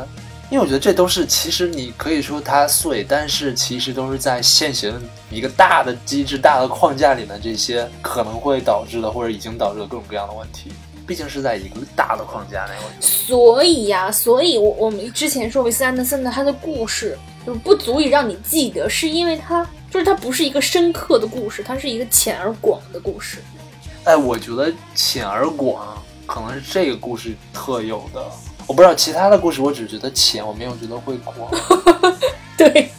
Speaker 2: 因为我觉得这都是，其实你可以说它碎，但是其实都是在现行一个大的机制、大的框架里面，这些可能会导致的或者已经导致的各种各样的问题，毕竟是在一个大的框架内。我觉得
Speaker 1: 所以呀、所以我我们之前说维斯安德森的他的故事就是不足以让你记得，是因为他就是他不是一个深刻的故事，它是一个浅而广的故事。
Speaker 2: 哎，我觉得浅而广可能是这个故事特有的。我不知道其他的故事，我只觉得浅，我没有觉得会广。
Speaker 1: 对，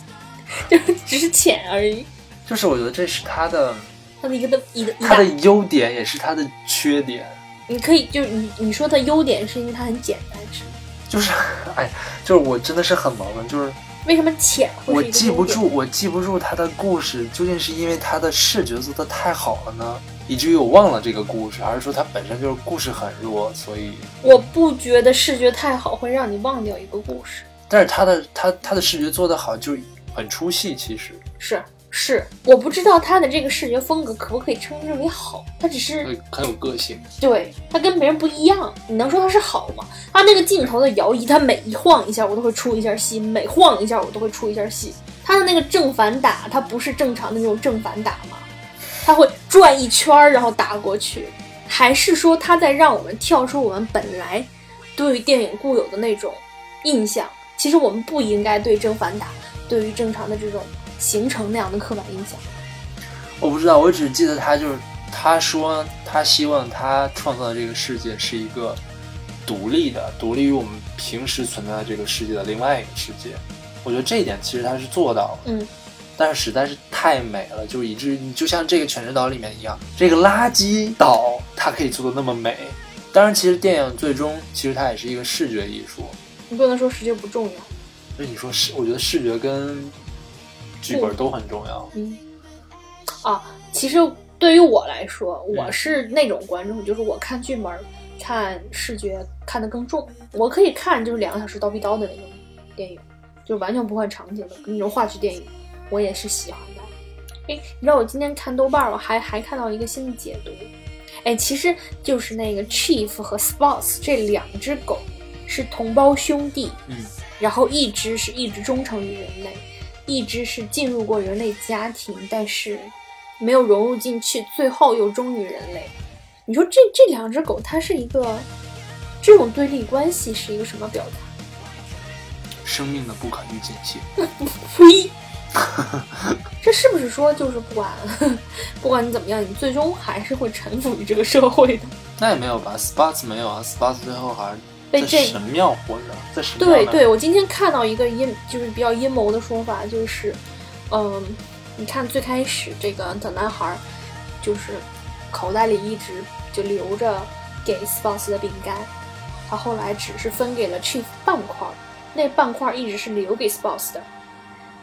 Speaker 1: 就是只是浅而已。
Speaker 2: 就是我觉得这是它的，
Speaker 1: 它的一个的一个一
Speaker 2: 它
Speaker 1: 大
Speaker 2: 的，优点也是它的缺点。
Speaker 1: 你可以就是你你说它优点是因为它很简单，是吗？
Speaker 2: 就是 哎，就是我真的是很矛盾，就是
Speaker 1: 为什么浅会
Speaker 2: 我
Speaker 1: 是一个
Speaker 2: 记不
Speaker 1: 优点
Speaker 2: 住，我记不住他的故事，究竟是因为他的视觉做的太好了呢，以至于我忘了这个故事，还是说他本身就是故事很弱，所以，
Speaker 1: 我不觉得视觉太好会让你忘掉一个故事，
Speaker 2: 但是他的他他的视觉做的好，就很出戏。其实，
Speaker 1: 是是，我不知道它的这个视觉风格可不可以称之为好，它只是
Speaker 2: 对，很有个性。
Speaker 1: 对它跟别人不一样，你能说它是好吗？它那个镜头的摇移，它每一晃一下我都会出一下戏，每晃一下我都会出一下戏。它的那个正反打，它不是正常的那种正反打吗？它会转一圈儿然后打过去，还是说它在让我们跳出我们本来对于电影固有的那种印象？其实我们不应该对正反打，对于正常的这种形成那样的刻板印象。
Speaker 2: 我不知道，我只记得他就是他说他希望他创造的这个世界是一个独立的、独立于我们平时存在的这个世界的另外一个世界。我觉得这一点其实他是做到了。
Speaker 1: 嗯，
Speaker 2: 但是实在是太美了，就以至于你就像这个《全职岛》里面一样，这个垃圾岛它可以做的那么美。当然，其实电影最终其实它也是一个视觉艺术。
Speaker 1: 你不能说视觉不重要。
Speaker 2: 那你说视，我觉得视觉跟剧本都很重要。
Speaker 1: 嗯，啊，其实对于我来说，我是那种观众，就是我看剧本儿、看视觉看得更重。我可以看就是两个小时叨逼叨的那种电影，就完全不换场景的那种话剧电影，我也是喜欢的。哎，你知道我今天看豆瓣儿，我还还看到一个新的解读。哎，其实就是那个 Chief 和 Spots 这两只狗是同胞兄弟，
Speaker 2: 嗯，
Speaker 1: 然后一只是一直忠诚于人类，一只是进入过人类家庭，但是没有融入进去，最后又忠于人类。你说这这两只狗，它是一个这种对立关系是一个什么表达？
Speaker 2: 生命的不可预见性。
Speaker 1: 呸！这是不是说就是不管 不管你怎么样，你最终还是会臣服于这个社会的？
Speaker 2: 那也没有吧，Spots 没有啊，Spots 最后还是
Speaker 1: 被
Speaker 2: 在
Speaker 1: 这
Speaker 2: 神庙活着，在神庙
Speaker 1: 对
Speaker 2: 呢
Speaker 1: 对，我今天看到一个阴，就是比较阴谋的说法，就是，嗯，你看最开始这个小男孩儿，就是口袋里一直就留着给 Spots 的饼干，他后来只是分给了 Chief 半块儿，那半块儿一直是留给 Spots 的，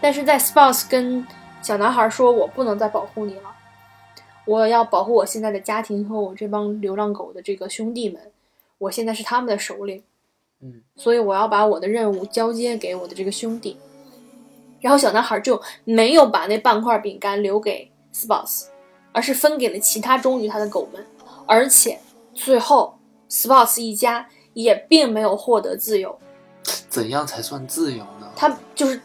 Speaker 1: 但是在 spouse 跟小男孩说：“我不能再保护你了，我要保护我现在的家庭和我这帮流浪狗的这个兄弟们，我现在是他们的首领，
Speaker 2: 嗯，
Speaker 1: 所以我要把我的任务交接给我的这个兄弟。”然后小男孩就没有把那半块饼干留给 spouse，而是分给了其他忠于他的狗们，而且最后 spouse 一家也并没有获得自由，
Speaker 2: 怎样才算自由呢？
Speaker 1: 他就是，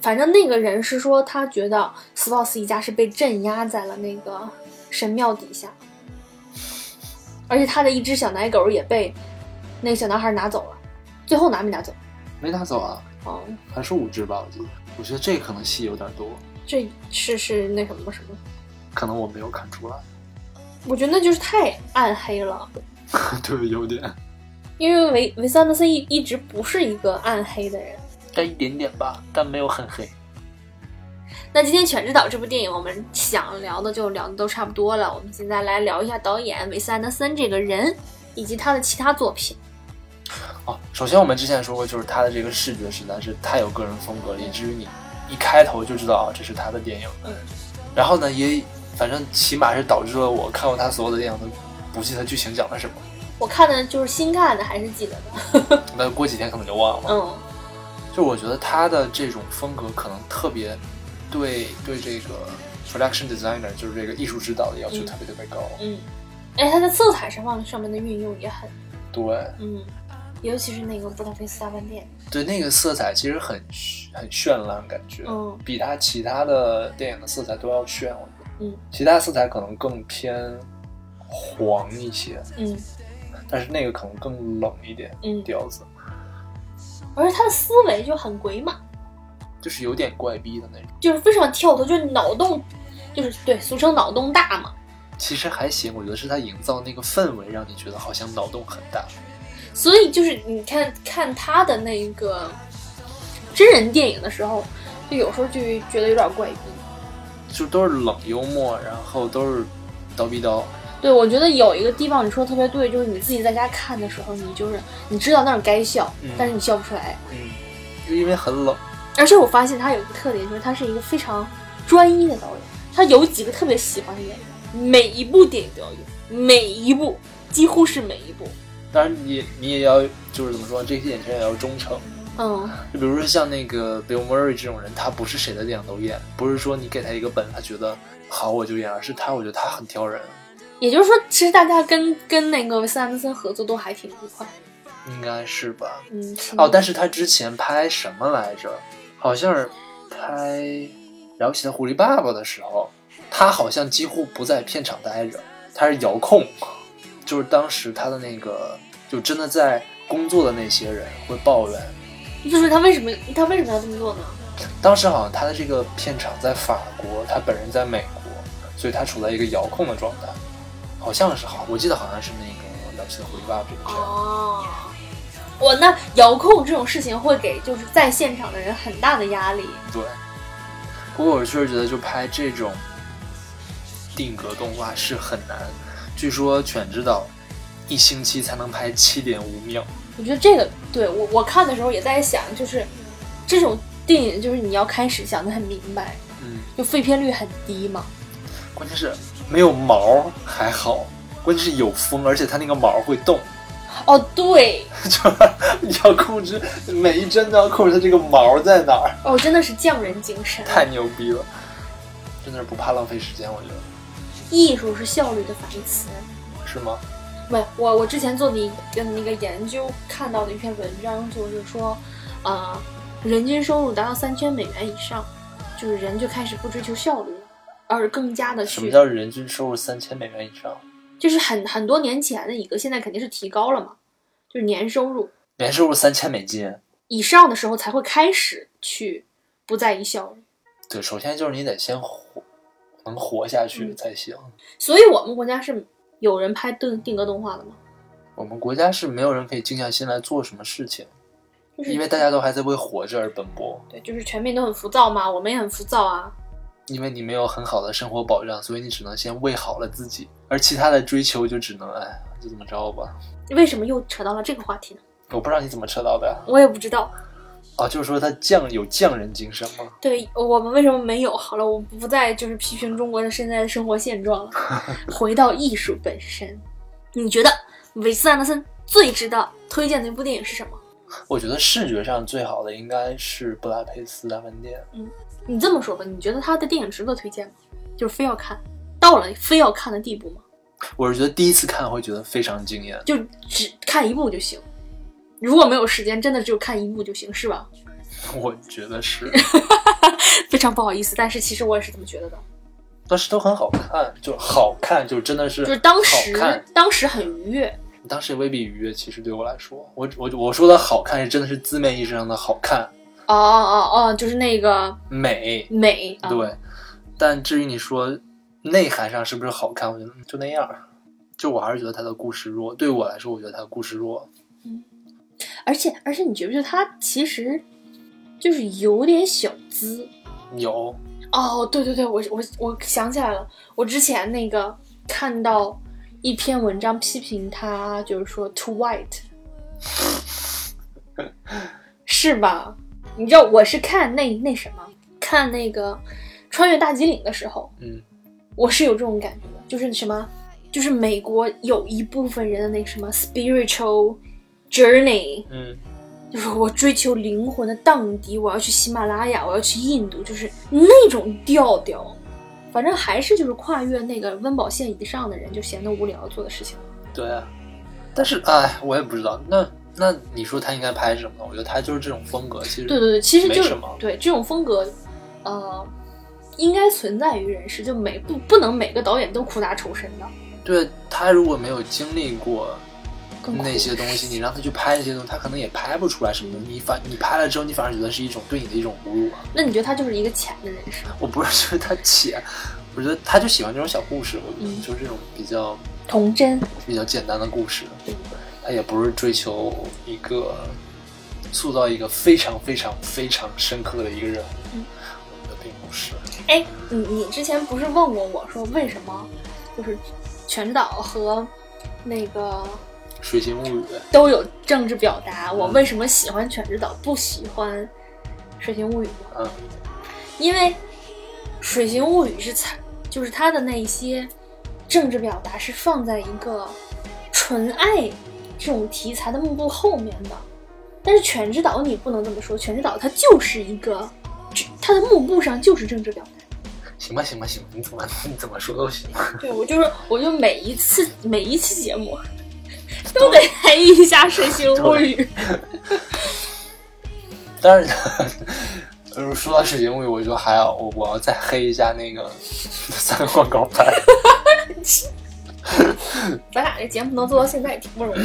Speaker 1: 反正那个人是说他觉得 Spouse 一家是被镇压在了那个神庙底下，而且他的一只小奶狗也被那个小男孩拿走了，最后拿没拿走？
Speaker 2: 没拿走啊，
Speaker 1: 哦，
Speaker 2: 还是五只吧，我记得。我觉得这可能戏有点多，
Speaker 1: 这是是那什么什么？
Speaker 2: 可能我没有看出来。
Speaker 1: 我觉得那就是太暗黑了，
Speaker 2: 对，有点，
Speaker 1: 因为维维桑德森一一直不是一个暗黑的人。
Speaker 2: 但一点点吧，但没有很黑。
Speaker 1: 那今天《犬之岛》这部电影，我们想聊的就聊的都差不多了。我们现在来聊一下导演韦斯安德森这个人，以及他的其他作品。
Speaker 2: 哦，首先我们之前说过，就是他的这个视觉实在是太有个人风格了，以至于你一开头就知道啊，这是他的电影。
Speaker 1: 嗯。
Speaker 2: 然后呢，也反正起码是导致了我看过他所有的电影都不记得剧情讲了什么，
Speaker 1: 我看的就是新看的，还是记得的。
Speaker 2: 那过几天可能就忘了。
Speaker 1: 嗯，
Speaker 2: 就我觉得他的这种风格可能特别对对这个 production designer，就是这个艺术指导的要求
Speaker 1: 嗯
Speaker 2: 特别特别高。
Speaker 1: 嗯，哎，他在色彩上方上面的运用也很，
Speaker 2: 对
Speaker 1: 嗯，尤其是那个布达佩斯大饭店，
Speaker 2: 对，那个色彩其实很很绚烂，感觉、
Speaker 1: 嗯
Speaker 2: 比他其他的电影的色彩都要炫，我觉得。
Speaker 1: 嗯
Speaker 2: 其他色彩可能更偏黄一些，
Speaker 1: 嗯
Speaker 2: 但是那个可能更冷一点，
Speaker 1: 嗯，
Speaker 2: 调子
Speaker 1: 而且他的思维就很鬼马，
Speaker 2: 就是有点怪逼的那种。
Speaker 1: 就是非常跳脱，就是脑洞，就是对，俗称脑洞大嘛。
Speaker 2: 其实还行，我觉得是他营造那个氛围，让你觉得好像脑洞很大。
Speaker 1: 所以就是你看看他的那个真人电影的时候，就有时候就觉得有点怪异。
Speaker 2: 就都是冷幽默，然后都是叨逼叨。
Speaker 1: 对，我觉得有一个地方你说的特别对，就是你自己在家看的时候，你就是你知道那儿该笑，
Speaker 2: 嗯
Speaker 1: 但是你笑不出来。
Speaker 2: 嗯，就因为很冷。
Speaker 1: 而且我发现他有一个特点，就是他是一个非常专一的导演，他有几个特别喜欢的演员，每一部电影都要有，每一部几乎是每一部。
Speaker 2: 当然你，你也要就是怎么说，这些演员也要忠诚。
Speaker 1: 嗯，
Speaker 2: 就比如说像那个 Bill Murray 这种人，他不是谁的电影都演，不是说你给他一个本，他觉得好我就演，而是他我觉得他很挑人，
Speaker 1: 也就是说，其实大家跟跟那个维斯安德森合作都还挺愉快。
Speaker 2: 应该是吧？
Speaker 1: 嗯，
Speaker 2: 哦，但是他之前拍什么来着？好像是拍《了不起的狐狸爸爸》的时候，他好像几乎不在片场待着，他是遥控，就是当时他的那个，就真的在工作的那些人会抱怨，
Speaker 1: 就是他为什么他为什么要这么做呢？
Speaker 2: 当时好像他的这个片场在法国，他本人在美国，所以他处在一个遥控的状态，好像是好，我记得好像是那个《了不起的狐狸爸爸》这个片。
Speaker 1: 哦，我那遥控这种事情会给就是在现场的人很大的压力。
Speaker 2: 对，不过我确实觉得，就拍这种定格动画是很难。据说《犬之岛》一星期才能拍七点五秒，
Speaker 1: 我觉得这个对我我看的时候也在想，就是这种电影就是你要开始想的很明白，
Speaker 2: 嗯，
Speaker 1: 就废片率很低嘛。
Speaker 2: 关键是没有毛还好，关键是有风，而且它那个毛会动，
Speaker 1: 哦，对，
Speaker 2: 就是你要控制每一帧都要控制它这个毛在哪儿，
Speaker 1: 哦，真的是匠人精神，
Speaker 2: 太牛逼了，真的是不怕浪费时间，我觉得
Speaker 1: 艺术是效率的反义词。
Speaker 2: 是吗？
Speaker 1: 没，我我之前做的一个那个研究看到的一篇文章，就是说，呃，人均收入达到三千美元以上，就是人就开始不追求效率了，而更加的
Speaker 2: 什么
Speaker 1: 去，
Speaker 2: 叫人均收入三千美元以上？
Speaker 1: 就是很很多年前的一个，现在肯定是提高了嘛，就是年收入
Speaker 2: 年收入三千美金？
Speaker 1: 以上的时候才会开始去不在意效率。
Speaker 2: 对，首先就是你得先活，能活下去
Speaker 1: 嗯
Speaker 2: 才行。
Speaker 1: 所以我们国家是有人拍定定格动画的吗？
Speaker 2: 我们国家是没有人可以静下心来做什么事情，
Speaker 1: 就是
Speaker 2: 因为大家都还在为活着而奔波。
Speaker 1: 对，就是全民都很浮躁嘛，我们也很浮躁啊。
Speaker 2: 因为你没有很好的生活保障，所以你只能先喂好了自己，而其他的追求就只能哎，就这么着吧。
Speaker 1: 为什么又扯到了这个话题呢？
Speaker 2: 我不知道你怎么扯到的，
Speaker 1: 我也不知道。
Speaker 2: 啊，就是说他匠有匠人精神吗？
Speaker 1: 对我们为什么没有？好了，我不再就是批评中国的现在的生活现状了， 回到艺术本身。你觉得韦斯安德森最值得推荐的一部电影是什么？
Speaker 2: 我觉得视觉上最好的应该是布达佩斯大饭店。
Speaker 1: 你这么说吧，你觉得他的电影值得推荐吗？就是非要看，到了非要看的地步吗？
Speaker 2: 我是觉得第一次看会觉得非常惊艳。
Speaker 1: 就只看一部就行。如果没有时间，真的只有看一部就行，是吧？
Speaker 2: 我觉得是，
Speaker 1: 非常不好意思，但是其实我也是这么觉得的。
Speaker 2: 但是都很好看，就好看，就真的是
Speaker 1: 就是当
Speaker 2: 好看
Speaker 1: 时，当时很愉悦，
Speaker 2: 当时也未必愉悦。其实对我来说，我我我说的好看是真的是字面意义上的好看
Speaker 1: 哦哦哦哦，就是那个
Speaker 2: 美，
Speaker 1: 美，啊、
Speaker 2: 对。但至于你说内涵上是不是好看，我觉得嗯就那样儿。就我还是觉得它的故事弱，对我来说，我觉得它的故事弱。
Speaker 1: 而且而且，你觉不觉得他其实就是有点小资？
Speaker 2: 有
Speaker 1: 哦，对对对，我我我想起来了，我之前那个看到一篇文章批评他，就是说 too white，是吧？你知道我是看那那什么，看那个穿越大吉岭的时候，
Speaker 2: 嗯，
Speaker 1: 我是有这种感觉的，就是什么，就是美国有一部分人的那什么 spiritual journey，
Speaker 2: 嗯，
Speaker 1: 就是我追求灵魂的荡涤，我要去喜马拉雅，我要去印度，就是那种调调。反正还是就是跨越那个温饱线以上的人就闲得无聊做的事情。
Speaker 2: 对啊。但是哎，我也不知道。那那你说他应该拍什么呢？我觉得他就是这种风格，其实
Speaker 1: 对对对，其实就
Speaker 2: 没什么
Speaker 1: 对这种风格，呃，应该存在于人世，就每不不能每个导演都苦大仇深的。
Speaker 2: 对他如果没有经历过
Speaker 1: 更苦
Speaker 2: 那些东西，你让他去拍那些东西，他可能也拍不出来什么东西。你反你拍了之后，你反而觉得是一种对你的一种侮辱啊！
Speaker 1: 那你觉得他就是一个浅的人是吗？
Speaker 2: 我不是觉得他浅，我觉得他就喜欢这种小故事，我觉得
Speaker 1: 嗯
Speaker 2: 就是这种比较
Speaker 1: 童真，
Speaker 2: 比较简单的故事，
Speaker 1: 对
Speaker 2: 他也不是追求一个塑造一个非常非常非常深刻的一个人，
Speaker 1: 嗯
Speaker 2: 我觉得并不是。
Speaker 1: 哎，你你之前不是问过我说为什么就是全智导和那个
Speaker 2: 《水形物语》
Speaker 1: 都有政治表达，我为什么喜欢犬之岛，不喜欢《水形物语》吗？
Speaker 2: 嗯
Speaker 1: 因为《水形物语》是采，就是它的那一些政治表达是放在一个纯爱这种题材的幕布后面的。但是《犬之岛》你不能这么说，《犬之岛》它就是一个，它的幕布上就是政治表达。
Speaker 2: 行吧行吧行吧，你怎么 你怎么说都行。
Speaker 1: 对我就是，我就每一次每一期节目 都得来一下《水形物 语》。
Speaker 2: 但是， 呃，说到水晶物语，我觉得还要我我要再黑一下那个 三个广告牌。
Speaker 1: 咱俩这节目能做到现在也挺不容易。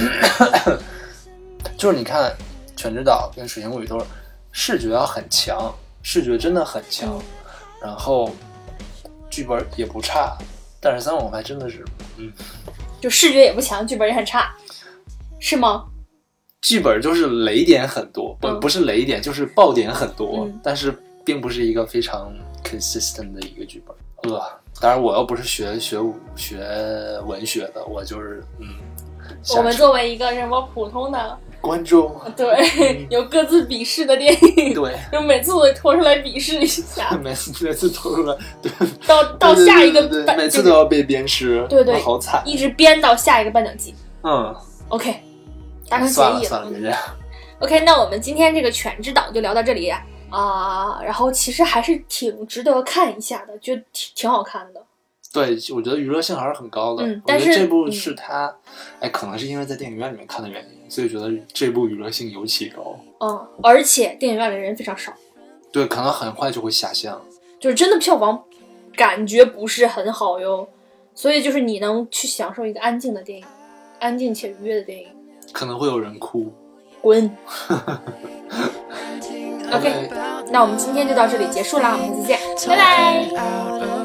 Speaker 2: 就是你看《全职岛》跟《水晶物语》都是视觉要很强，视觉真的很强
Speaker 1: 嗯，
Speaker 2: 然后剧本也不差，但是三个广告牌真的是，嗯，
Speaker 1: 就视觉也不强，剧本也很差，是吗？
Speaker 2: 剧本就是雷点很多，不
Speaker 1: 嗯
Speaker 2: 不是雷点，就是爆点很多
Speaker 1: 嗯，
Speaker 2: 但是并不是一个非常 consistent 的一个剧本。呃，当然我又不是学学武学文学的，我就是嗯，
Speaker 1: 我们
Speaker 2: 瞎
Speaker 1: 作为一个什么普通的，
Speaker 2: 观众，
Speaker 1: 对
Speaker 2: 嗯，
Speaker 1: 有各自鄙视的电影，
Speaker 2: 对，
Speaker 1: 就每次我都拖出来鄙视一下，
Speaker 2: 每次每次拖出来，对，
Speaker 1: 到到下一个
Speaker 2: 对对对
Speaker 1: 半，
Speaker 2: 每次
Speaker 1: 就
Speaker 2: 都
Speaker 1: 是
Speaker 2: 要被鞭尸，
Speaker 1: 对对
Speaker 2: 我好惨，
Speaker 1: 一直编到下一个颁奖季。
Speaker 2: 嗯，
Speaker 1: OK，达成协
Speaker 2: 算了
Speaker 1: 议
Speaker 2: 算了，别这样，
Speaker 1: OK，那我们今天这个《犬之岛》就聊到这里啊、然后其实还是挺值得看一下的，就挺挺好看的。
Speaker 2: 对，我觉得娱乐性还是很高的，
Speaker 1: 嗯
Speaker 2: 我觉
Speaker 1: 但
Speaker 2: 得
Speaker 1: 是
Speaker 2: 这部
Speaker 1: 嗯
Speaker 2: 是他，哎，可能是因为在电影院里面看的原因，所以觉得这部娱乐性尤其高，
Speaker 1: 嗯，而且电影院里人非常少，
Speaker 2: 对，可能很快就会下线了，
Speaker 1: 就是真的票房感觉不是很好哟。所以就是你能去享受一个安静的电影，安静且愉悦的电影。
Speaker 2: 可能会有人哭，
Speaker 1: 滚！
Speaker 3: OK，
Speaker 1: 那我们今天就到这里结束啦，我们下次见，拜拜。
Speaker 3: out of